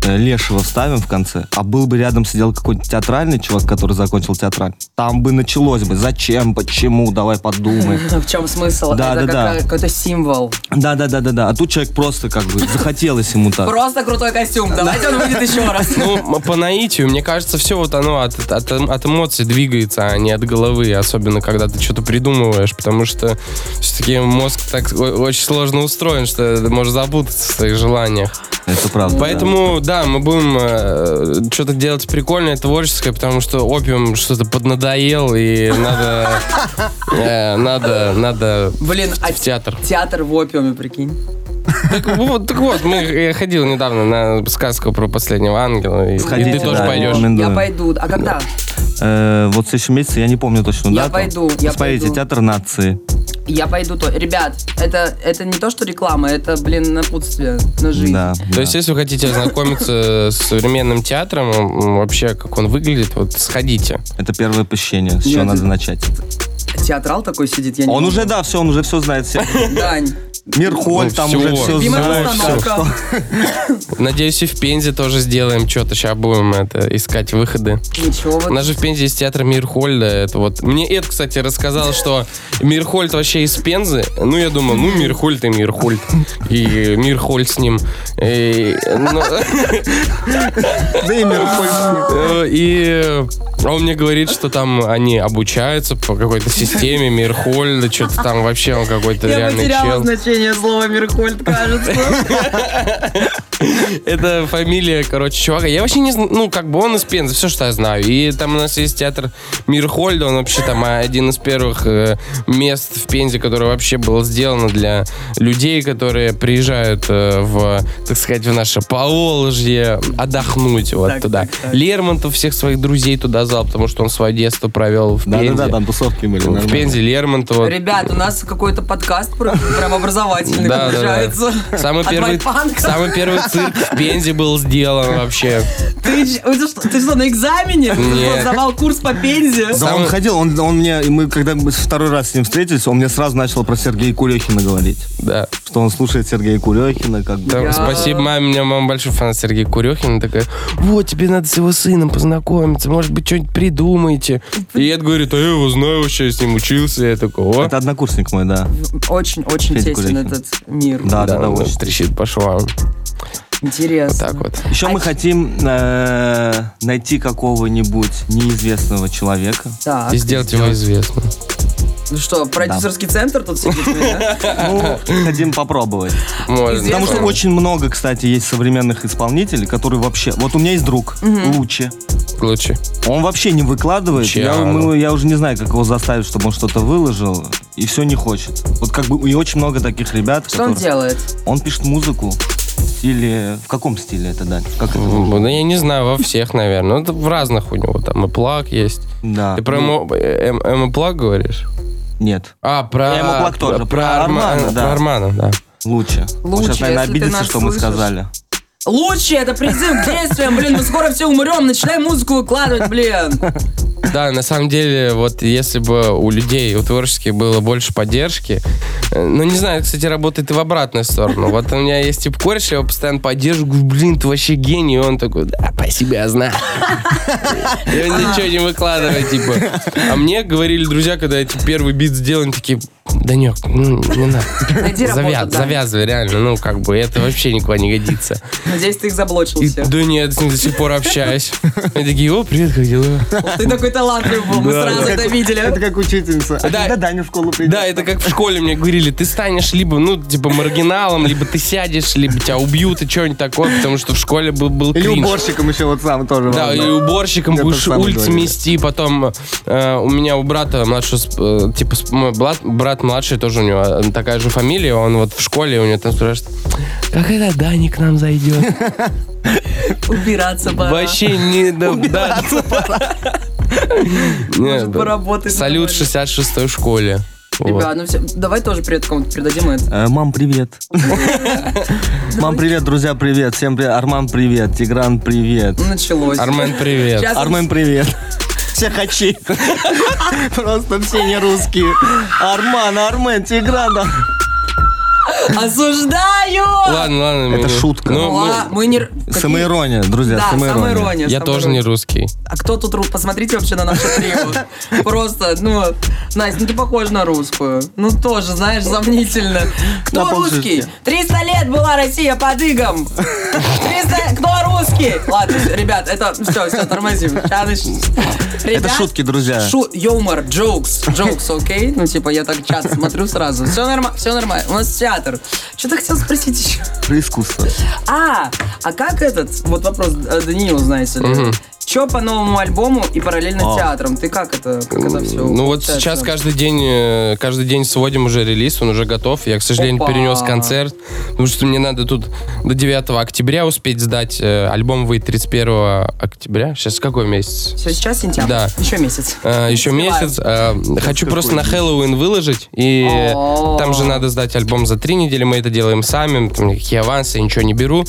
Speaker 4: э, Лешего вставим в конце, а был бы рядом сидел какой-нибудь театральный чувак, который закончил театраль, там бы началось бы, зачем, почему, давай подумай.
Speaker 2: В чем смысл?
Speaker 4: Да,
Speaker 2: Это
Speaker 4: да, да.
Speaker 2: какая- какой-то символ.
Speaker 4: Да, да, да, да, да. А тут человек просто как бы захотелось ему
Speaker 3: А.
Speaker 4: так.
Speaker 2: Просто крутой костюм. Давайте он выйдет еще раз.
Speaker 3: Ну, м- по наитию, мне кажется, все вот оно от, от- от эмоций двигается, а не от головы, особенно когда ты что-то придумываешь, потому что все-таки мозг так о- очень сложно устроен, что ты можешь запутаться в своих желаниях.
Speaker 4: Это правда.
Speaker 3: Поэтому, да, мы будем что-то делать прикольное, творческое, потому что опиум что-то поднадоел, и надо, э, надо, надо
Speaker 2: Блин, а
Speaker 3: в театр.
Speaker 2: театр в опиуме, прикинь.
Speaker 3: Так вот, так вот, мы, я ходил недавно на сказку про последнего ангела, и, и
Speaker 4: Сходите,
Speaker 3: ты тоже
Speaker 4: да.
Speaker 3: пойдешь.
Speaker 2: Я
Speaker 4: Рекомендую.
Speaker 2: пойду. А когда?
Speaker 4: Э, вот в следующем месяце, я не помню точно
Speaker 2: Я
Speaker 4: дату.
Speaker 2: пойду, я
Speaker 4: Смотрите,
Speaker 2: пойду.
Speaker 4: Театр нации.
Speaker 2: Я пойду. То... Ребят, это, это не то, что реклама, это, блин, напутствие на жизнь.
Speaker 4: Да,
Speaker 3: То
Speaker 4: да.
Speaker 3: есть, если вы хотите ознакомиться с современным театром, м, вообще, как он выглядит, вот сходите.
Speaker 4: Это первое посещение, с чего
Speaker 2: Нет,
Speaker 4: надо
Speaker 2: это-
Speaker 4: начать.
Speaker 2: Театрал такой сидит, я не
Speaker 4: Он
Speaker 2: могу.
Speaker 4: уже, да, все, он уже все знает. все.
Speaker 2: Дань.
Speaker 4: Меркуль
Speaker 3: Ну,
Speaker 4: там
Speaker 3: всё.
Speaker 4: уже все
Speaker 2: Любимая
Speaker 4: знает.
Speaker 2: постановка.
Speaker 3: Надеюсь, и в Пензе тоже сделаем что-то. Сейчас будем это искать выходы.
Speaker 2: Ничего. вот.
Speaker 3: У нас же в Пензе есть театр Мирхольда. Это вот. Мне Эд, кстати, рассказал, что Мирхольд вообще из Пензы. Ну, я думал, ну, Мирхольд и Мирхольд. И Мирхольд с ним. И, ну,
Speaker 4: Да и Меркуль.
Speaker 3: э, и он мне говорит, что там они обучаются по какой-то системе Мирхольда. Что-то там вообще он какой-то
Speaker 2: Я
Speaker 3: реальный
Speaker 2: потеряла
Speaker 3: чел.
Speaker 2: значение слова Меркольд, кажется.
Speaker 3: Это фамилия, короче, чувака. Я вообще не знаю, ну, как бы он из Пензы, все, что я знаю. И там у нас есть театр Мирхольда, он вообще там а, один из первых э, мест в Пензе, которое вообще было сделано для людей, которые приезжают э, в, так сказать, в наше Поволжье отдохнуть вот
Speaker 2: Так,
Speaker 3: туда.
Speaker 2: так, так.
Speaker 3: Лермонтов всех своих друзей туда зал, потому что он свое детство провел в Пензе.
Speaker 5: Да-да-да, там тусовки были.
Speaker 3: в
Speaker 5: нормально.
Speaker 3: Пензе Лермонтова.
Speaker 2: Ребят, у нас какой-то подкаст про- прям образовательный
Speaker 3: Да, да, да.
Speaker 2: получается.
Speaker 3: Самый
Speaker 2: От
Speaker 3: первый,
Speaker 2: Вайпанка.
Speaker 3: самый первый цирк в Пензе был сделан вообще.
Speaker 2: Ты, ч- ты что, ты что, на экзамене? Ты
Speaker 3: Нет.
Speaker 2: что, сдавал курс по пензе?
Speaker 4: Ну,
Speaker 5: Да,
Speaker 3: Самый-
Speaker 5: он ходил, он, он мне, и мы когда мы второй раз с ним встретились, он мне сразу начал про Сергея Кулехина говорить.
Speaker 3: Да.
Speaker 5: Что он слушает Сергея Кулехина, как бы.
Speaker 3: Там,
Speaker 2: Я-
Speaker 3: Спасибо маме, у меня мама большой фанат Сергея Курехина, такая, вот, тебе надо с его сыном познакомиться, может быть, что-нибудь придумаете. И Эд говорит, а я его знаю вообще, я с ним учился, я такой, о,
Speaker 5: Это однокурсник мой, да.
Speaker 2: Очень-очень
Speaker 5: Федя
Speaker 2: тесен
Speaker 5: Кулехин.
Speaker 2: этот мир.
Speaker 5: Да, да, да.
Speaker 3: ну,
Speaker 5: очень.
Speaker 3: трещит по швам.
Speaker 2: Интересно.
Speaker 3: Вот так вот.
Speaker 4: Еще
Speaker 2: А-
Speaker 4: мы хотим э, найти какого-нибудь неизвестного человека.
Speaker 2: Так,
Speaker 3: И сделать его известным.
Speaker 2: ну что, продюсерский центр тут сидит? у меня?
Speaker 4: Ну, хотим попробовать.
Speaker 3: Можно.
Speaker 4: Потому что
Speaker 2: Известного.
Speaker 4: очень много, кстати, есть современных исполнителей, которые вообще... Вот у меня есть друг, Лучи.
Speaker 3: Лучше.
Speaker 4: Он вообще не выкладывает. Я,
Speaker 3: Чао.
Speaker 4: мы- я уже не знаю, как его заставить, чтобы он что-то выложил. И все не хочет. Вот как бы и очень много таких ребят.
Speaker 2: Что он
Speaker 4: которые-
Speaker 2: делает?
Speaker 4: Он пишет музыку в стиле... В каком стиле это, Дань? Как это?
Speaker 3: Ну, да я не знаю, во всех, наверное. Ну, это в разных у него. Там и плаг есть.
Speaker 4: Да. ну.
Speaker 3: Ты про эмо эм- эмоплаг говоришь?
Speaker 4: Нет.
Speaker 3: А, про...
Speaker 4: Эмоплаг тоже,
Speaker 3: Про,
Speaker 4: про
Speaker 3: Арма-
Speaker 4: Армана, да.
Speaker 3: Про Армана, да.
Speaker 4: Лучше.
Speaker 2: Лучи,
Speaker 4: Он сейчас, наверное,
Speaker 2: если ты
Speaker 4: обидится,
Speaker 2: нас
Speaker 4: что мы
Speaker 2: слышишь.
Speaker 4: сказали.
Speaker 2: Лучше, это призыв к действиям, блин, мы скоро все умрем, начинай музыку выкладывать, блин.
Speaker 3: Да, на самом деле, вот если бы у людей, у творческих было больше поддержки, э, ну, не знаю, кстати, работает и в обратную сторону. Вот у меня есть тип кореш, я его постоянно поддерживаю, говорю, блин, ты вообще гений, и он такой, да, спасибо, я знаю. И он ничего не выкладывает, типа. А мне говорили друзья, когда я типа, первый бит сделан, такие, Данек, ну, не надо.
Speaker 2: Найди работу,
Speaker 3: Завяз-
Speaker 2: да.
Speaker 3: Завязывай, реально, ну, как бы, это вообще никуда не годится.
Speaker 2: Надеюсь, ты их заблочил
Speaker 3: И,
Speaker 2: всех.
Speaker 3: да нет, с ним до сих пор общаюсь. Они такие, о, привет, как дела?
Speaker 2: Ты такой талантливый был, мы сразу это
Speaker 5: Это
Speaker 2: видели.
Speaker 5: как учительница. А
Speaker 3: Да.
Speaker 5: когда Даня в школу придет?
Speaker 3: Да, это как в школе мне говорили, ты станешь либо, ну, типа, маргиналом, либо ты сядешь, либо тебя убьют и что-нибудь такое, потому что в школе был, был
Speaker 5: Или
Speaker 3: кринж.
Speaker 5: уборщиком еще вот сам тоже.
Speaker 3: Да,
Speaker 5: вон,
Speaker 3: и уборщиком
Speaker 5: Это
Speaker 3: будешь
Speaker 5: самое
Speaker 3: улицы
Speaker 5: главное.
Speaker 3: мести, потом э, у меня у брата младшего, сп- э, типа, сп- мой брат, брат младший тоже у него э, такая же фамилия, он вот в школе, у него там спрашивают, как это Дани к нам зайдет?
Speaker 2: Убираться пора.
Speaker 3: Вообще не... да, да. Не,
Speaker 2: Может,
Speaker 3: да.
Speaker 2: поработать
Speaker 3: Салют в
Speaker 2: нормально.
Speaker 3: 66-й школе. Вот.
Speaker 2: Ребят, ну все, давай тоже привет кому-то передадим это.
Speaker 4: Э, мам, привет.
Speaker 5: Мам, привет, друзья, привет. Всем привет. Арман, привет. Тигран, привет.
Speaker 2: Началось.
Speaker 3: Армен, привет.
Speaker 2: Сейчас
Speaker 5: Армен, привет. Все хачи. Просто все не русские. Арман, Армен, Тигран. да.
Speaker 2: осуждаю!
Speaker 3: Ладно, ладно.
Speaker 5: Это
Speaker 3: мы-
Speaker 5: шутка.
Speaker 3: Ну, мы-
Speaker 2: Ла- мы не... р- какие-
Speaker 5: Самоирония, друзья,
Speaker 2: Да,
Speaker 5: самоирония.
Speaker 2: самоирония.
Speaker 3: Я тоже не
Speaker 2: самоирония.
Speaker 3: русский.
Speaker 2: А кто тут рус? Посмотрите вообще на нашу трио. Просто, ну... Настя, ну ты похожа на русскую. Ну тоже, знаешь, сомнительно. Кто
Speaker 5: На
Speaker 2: русский?
Speaker 5: полшишки.
Speaker 2: 300 лет была Россия под игом. 300... Кто русский? Ладно, всё, ребят, это... Все, все, тормозим. Ща нач-
Speaker 5: Это
Speaker 2: Ребят,
Speaker 5: шутки, друзья.
Speaker 2: Шу, юмор, jokes, jokes, окей? Ну, типа, я так часто смотрю сразу. Все нормально, все нормально. У нас театр. Что ты хотел спросить еще?
Speaker 5: Про искусство.
Speaker 2: э, А, а как этот, вот вопрос э, Даниил, знаете ли, Че по новому альбому и параллельно
Speaker 4: А.
Speaker 2: театром? Ты как это, как это все?
Speaker 3: Ну вот сейчас каждый день, э, каждый день сводим уже релиз, он уже готов. Я, к сожалению,
Speaker 2: Опа.
Speaker 3: перенес концерт, потому что мне надо тут до 9 октября успеть сдать. э, Альбом выйдет 31 октября. Сейчас какой месяц?
Speaker 2: Все, сейчас сентябрь.
Speaker 3: Да.
Speaker 2: Еще месяц.
Speaker 3: Э, Еще
Speaker 2: Успеваем.
Speaker 3: месяц. Э, Хочу просто на Хэллоуин выложить. И
Speaker 2: О.
Speaker 3: там же надо сдать альбом за три недели. Мы это делаем сами. Там никакие авансы, я ничего не беру.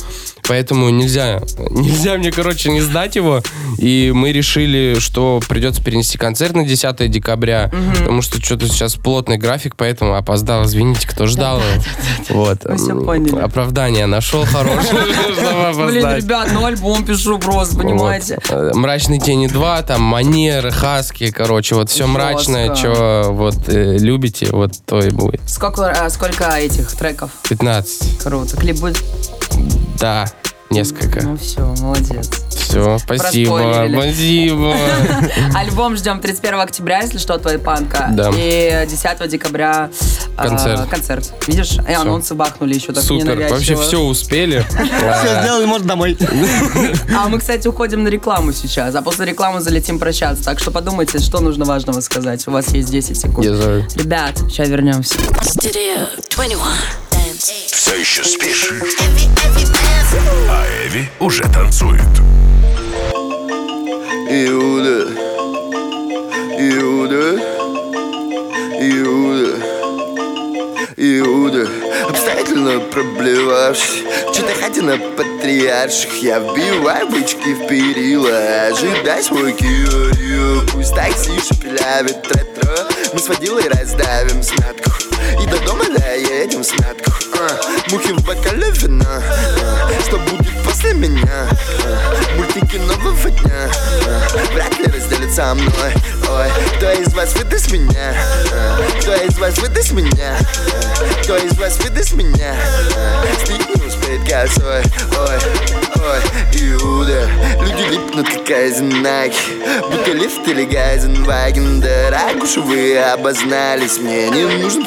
Speaker 3: Поэтому нельзя, нельзя мне, короче, не сдать его. И мы решили, что придется перенести концерт на 10 декабря. Потому что что-то сейчас плотный график, поэтому опоздал. Извините, кто ждал. Вот.
Speaker 2: Мы всё поняли.
Speaker 3: Оправдание нашел хорошее, чтобы
Speaker 2: Блин,
Speaker 3: опоздать.
Speaker 2: ребят, ну альбом пишу просто, понимаете?
Speaker 3: Вот. Э, Мрачные тени 2, там манеры, хаски, короче, вот все
Speaker 2: Жестко.
Speaker 3: мрачное, что вот э, любите, вот то и будет.
Speaker 2: Сколько, а, сколько этих треков?
Speaker 3: 15.
Speaker 2: Круто. Клип будет?
Speaker 3: Да, несколько.
Speaker 2: Ну все, молодец.
Speaker 3: Все, спасибо.
Speaker 2: Проспойлерили.
Speaker 3: Спасибо.
Speaker 2: Альбом ждем 31 октября, если что, твоя панка.
Speaker 3: Да.
Speaker 2: И 10 декабря а,
Speaker 3: Концерт.
Speaker 2: концерт. Видишь, и анонсы бахнули еще так
Speaker 3: Супер.
Speaker 2: ненавязчиво.
Speaker 3: Вообще все успели.
Speaker 5: Все сделали, может, домой.
Speaker 2: А мы, кстати, уходим на рекламу сейчас, а после рекламы залетим прощаться. Так что подумайте, что нужно важного сказать. У вас есть 10 секунд.
Speaker 3: Я знаю.
Speaker 2: Ребят, сейчас вернемся.
Speaker 6: Studio 21. Dance.
Speaker 1: Все еще спишь? А Эви уже танцует.
Speaker 7: Иуда, Иуда, Иуда, Иуда Обстоятельно проблевавшись Чё-то хотя на патриарших Я вбиваю бычки в перила Ожидай свой киорию Пусть такси шепелявит ретро Мы с водилой раздавим снатку И до дома доедем снатку а, Мухи в бокале вина А, Что будет после меня? А, мультики нового дня а, Вряд ли разделится со мной Ой, кто из вас выдаст меня? А, Кто из вас выдаст меня? А, Кто из вас выдаст меня? А, Слить не успеет косой Ой, ой, Иуда Люди липнут, как Айзенаки Будто лифт или Гайзенваген Да ракуши вы обознались Мне не нужен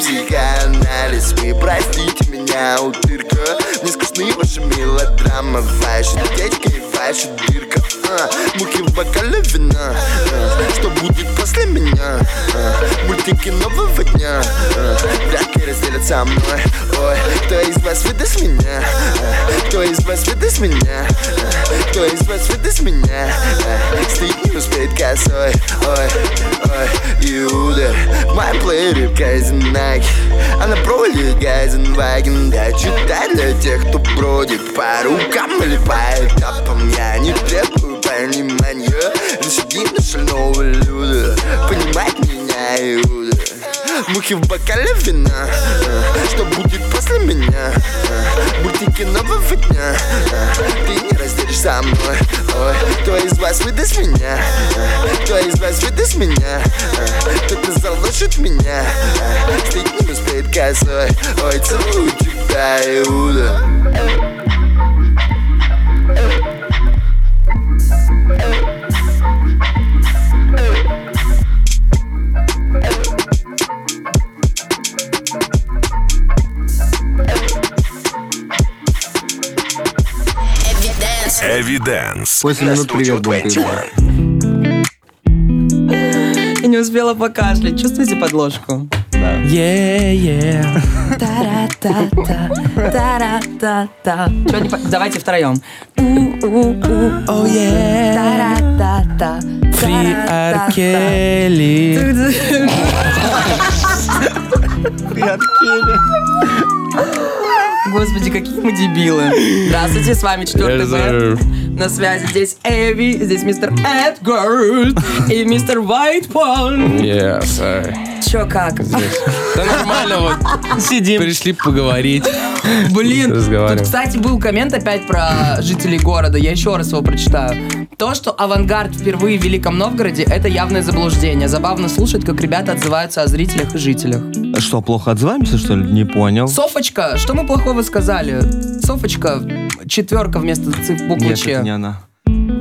Speaker 7: психоанализ Вы простите меня, утырка Мне скучны ваши мелодрамы Ваши течка и ваша дырка а, Мухи в бокале вина а, Что будет после меня? А, мультики нового дня а, Вряд ли разделят со мной Ой, кто из вас выдаст меня? А, кто из вас выдаст меня? А, кто из вас выдаст меня? А, стоит не успеет косой Ой, ой, Иуда В моем плеере Кайзенак Она проводит Гайзенваген Я читаю для тех, кто бродит По рукам или по этапам Я не требую понимания Лошади на шального люда Понимать меня, Иуда Мухи в бокале вина а, Что будет после меня? а, Мультики нового дня а, Ты не разделишь со мной Ой, кто из вас выдаст меня? а, Кто из вас выдаст меня? а, Кто-то заложит меня а, Слить не успеет косой Ой, целую тебя, Иуда
Speaker 6: Evidence.
Speaker 1: Эвиденс.
Speaker 5: Восемь
Speaker 1: на
Speaker 5: минут
Speaker 1: студию
Speaker 5: привет будет.
Speaker 1: 21.
Speaker 2: И не успела покашлять. Чувствуете подложку?
Speaker 6: Та-ра-та-та. Та-ра-та-та.
Speaker 2: Чё не по- Давайте втроем.
Speaker 6: Та-ра-та-та. Та-ра-та-та.
Speaker 2: Господи, какие мы дебилы. Здравствуйте, с вами четвертый
Speaker 3: знаю.
Speaker 2: Б. На связи здесь Эви, здесь мистер Эдгард и мистер Вайтпон.
Speaker 3: Yes, I-
Speaker 2: Чё как?
Speaker 3: Да нормально вот. Сидим. Пришли поговорить.
Speaker 2: Блин,
Speaker 3: Разговариваем.
Speaker 2: тут, кстати, был коммент опять про жителей города. Я еще раз его прочитаю. То, что авангард впервые в Великом Новгороде, это явное заблуждение. Забавно слушать, как ребята отзываются о зрителях и жителях.
Speaker 4: Что, плохо отзываемся, что ли? Не понял.
Speaker 2: Софочка, что мы плохого сказали? Софочка, четверка вместо циф буквы
Speaker 4: Нет,
Speaker 2: Ч.
Speaker 4: это не она.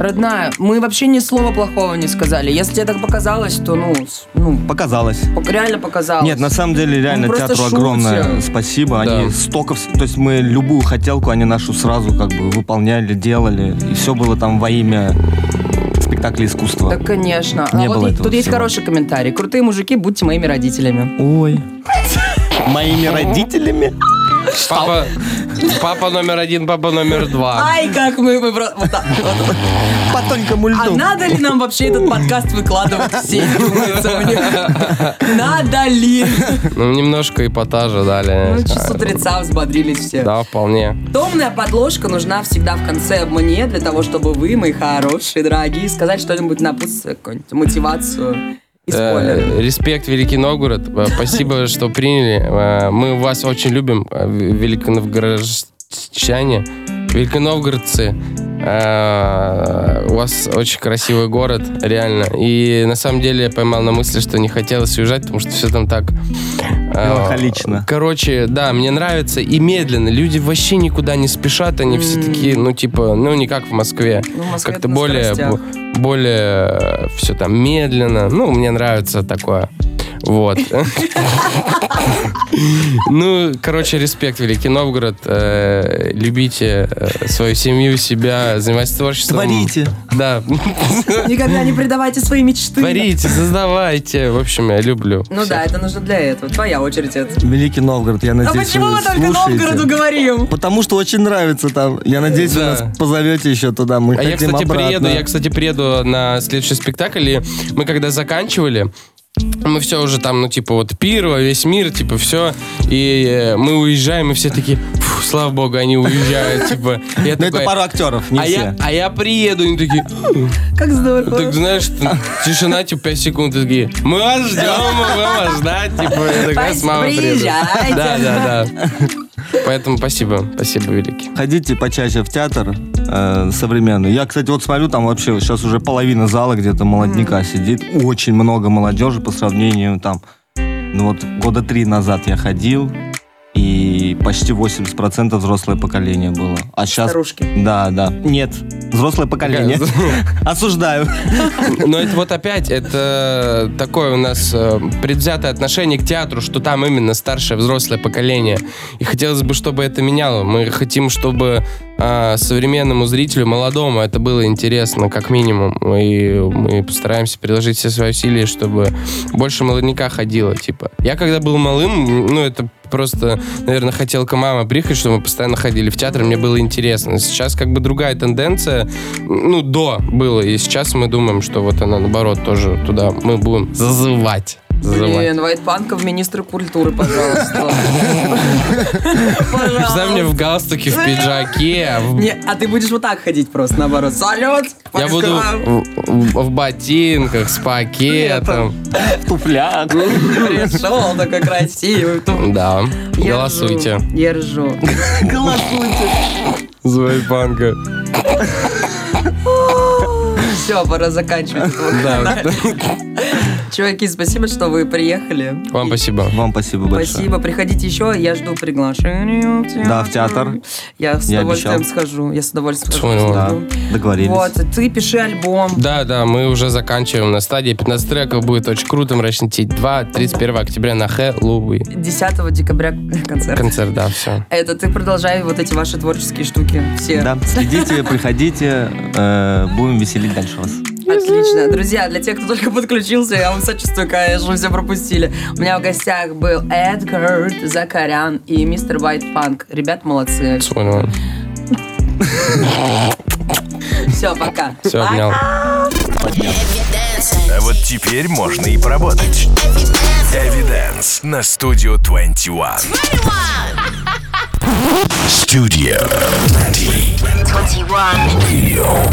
Speaker 2: Родная, мы вообще ни слова плохого не сказали. Если тебе так показалось, то ну, с- ну
Speaker 4: Показалось.
Speaker 2: пок- реально показалось.
Speaker 4: Нет, на самом деле, реально,
Speaker 2: Мы Ну, просто
Speaker 4: театру
Speaker 2: шутим.
Speaker 4: огромное спасибо.
Speaker 3: Да.
Speaker 4: Они столько... вс- То есть мы любую хотелку, они нашу сразу как бы выполняли, делали. И все было там во имя спектакле
Speaker 2: Да,
Speaker 4: искусства.
Speaker 2: конечно. А
Speaker 4: Не
Speaker 2: вот
Speaker 4: было
Speaker 2: и-
Speaker 4: этого
Speaker 2: тут есть
Speaker 4: всего.
Speaker 2: хороший комментарий. Крутые мужики, будьте моими родителями.
Speaker 4: Ой.
Speaker 5: Моими родителями?
Speaker 3: Папа, папа номер один, папа номер два.
Speaker 2: Ай, как мы, мы про- вот так вот.
Speaker 5: По тонкому
Speaker 3: Ну,
Speaker 2: А
Speaker 5: льду.
Speaker 2: надо ли нам вообще этот подкаст выкладывать в сеть? думается мне? Надо ли?
Speaker 3: Ну, немножко ипотажа дали.
Speaker 2: Ну, часу утреца взбодрились все.
Speaker 3: Да, вполне.
Speaker 2: Томная подложка нужна всегда в конце мне, для того, чтобы вы, мои хорошие, дорогие, сказать что-нибудь на э, какую-нибудь мотивацию и спойлеры.
Speaker 3: Э, Респект, Великий Новгород. Э, Спасибо, что приняли. Э, Мы вас очень любим, э, в- великоновгородчане. Великоновгородцы. Э, У вас очень красивый город, реально. И на самом деле я поймал на мысли, что не хотелось уезжать, потому что все там так... э,
Speaker 4: Меланхолично.
Speaker 3: Короче, да, мне нравится. И медленно. Люди вообще никуда не спешат. Они все такие, ну, типа, ну, не как в Москве.
Speaker 2: Ну, в Москве
Speaker 3: Как-то
Speaker 2: это на
Speaker 3: более,
Speaker 2: скоростях.
Speaker 3: бо- более все там медленно. Ну, мне нравится такое. Вот. Ну, короче, респект, Великий Новгород. Э, Любите э, свою семью, себя, занимайтесь творчеством.
Speaker 5: Творите.
Speaker 3: Да.
Speaker 2: Никогда не предавайте свои мечты.
Speaker 3: Творите, создавайте. В общем, я люблю.
Speaker 2: Ну
Speaker 3: всех.
Speaker 2: да, это нужно для этого. Твоя очередь, это.
Speaker 4: Великий Новгород, я
Speaker 2: А
Speaker 4: надеюсь,
Speaker 2: почему
Speaker 4: вы
Speaker 2: мы только
Speaker 4: слушаете.
Speaker 2: Новгороду говорим?
Speaker 4: Потому что очень нравится там. Я надеюсь, вы
Speaker 3: Да.
Speaker 4: нас позовете еще туда. Мы
Speaker 3: А я,
Speaker 4: хотим
Speaker 3: кстати,
Speaker 4: обратно.
Speaker 3: приеду, я, кстати, приеду на следующий спектакль, и мы когда заканчивали, мы все уже там, ну, типа, вот пирва, весь мир, типа, все, и э, мы уезжаем, и все такие, «Фу, слава богу, они уезжают, типа. Я
Speaker 4: Но
Speaker 3: такой,
Speaker 4: Ну, это пару актеров, не
Speaker 3: а
Speaker 4: все.
Speaker 3: я, а я приеду, и они такие,
Speaker 2: Как
Speaker 3: так
Speaker 2: здорово.
Speaker 3: знаешь, там тишина, типа, 5 секунд, и такие, мы вас ждем, мы вас ждать, типа, я такой, с мамой приеду.
Speaker 2: Приезжайте.
Speaker 3: Да, да, да. Поэтому спасибо, спасибо, великий.
Speaker 4: Ходите почаще в театр э, современный. Я, кстати, вот смотрю, там вообще сейчас уже половина зала где-то молодняка сидит. Очень много молодежи по сравнению там. Ну вот года три назад я ходил, и почти 80% взрослое поколение было. А сейчас...
Speaker 2: Старушки.
Speaker 4: Да, да. Нет, взрослое поколение. Осуждаю.
Speaker 3: Но Ну, это вот опять, это такое у нас э, предвзятое отношение к театру, что там именно старшее взрослое поколение. И хотелось бы, чтобы это меняло. Мы хотим, чтобы э, современному зрителю, молодому, это было интересно, как минимум. И мы постараемся приложить все свои усилия, чтобы больше молодняка ходило. Типа, я когда был малым, ну, это просто, наверное, хотелка мама приехать, чтобы мы постоянно ходили в театр, мне было интересно. Сейчас как бы другая тенденция, ну, до было, и сейчас мы думаем, что вот она, наоборот, тоже туда мы будем зазывать. Зазывать.
Speaker 2: Блин, Вайтпанка в министра культуры, пожалуйста.
Speaker 3: Представь мне
Speaker 2: Пожалуйста.
Speaker 3: в галстуке, в пиджаке, в-
Speaker 2: Не, а ты будешь вот так ходить просто, наоборот. Салют!
Speaker 3: я
Speaker 2: Москва!
Speaker 3: буду в, в- в ботинках, с пакетом.
Speaker 5: Туфляк.
Speaker 2: Пришел такой красивый. Ту-
Speaker 3: Да,
Speaker 2: Я
Speaker 3: голосуйте.
Speaker 2: ржу, Я ржу.
Speaker 3: Звайпанка.
Speaker 2: Все, пора заканчивать.
Speaker 3: Да,
Speaker 2: Чуваки, спасибо, что вы приехали.
Speaker 3: вам спасибо.
Speaker 4: Вам спасибо большое.
Speaker 2: Спасибо, приходите еще, я жду приглашения. в театр.
Speaker 4: Да, в театр.
Speaker 2: Я с
Speaker 4: Я
Speaker 2: удовольствием
Speaker 4: обещал.
Speaker 2: схожу, я с удовольствием
Speaker 3: Понял.
Speaker 2: схожу.
Speaker 4: Да,
Speaker 2: смотрю.
Speaker 4: договорились.
Speaker 2: Вот, ты пиши альбом.
Speaker 3: Да, да, мы уже заканчиваем на стадии 15 треков. Будет очень круто. Мрачный Тить 2, 31 октября на Хэллоуи.
Speaker 2: 10 декабря концерт.
Speaker 3: Концерт, да, все.
Speaker 2: Это ты продолжай вот эти ваши творческие штуки. Все.
Speaker 4: Да, следите, приходите, э, будем веселить дальше вас.
Speaker 2: Отлично. Друзья, для тех, кто только подключился, я вам сочувствую, конечно, все пропустили. У меня в гостях был Эдгар Закарян и мистер Байт Панк. Ребят, молодцы.
Speaker 3: Понял.
Speaker 2: Все, пока.
Speaker 3: Все,
Speaker 2: Пока.
Speaker 3: обнял.
Speaker 1: А вот теперь можно и поработать. Эвиденс на студию 21. Студия 21.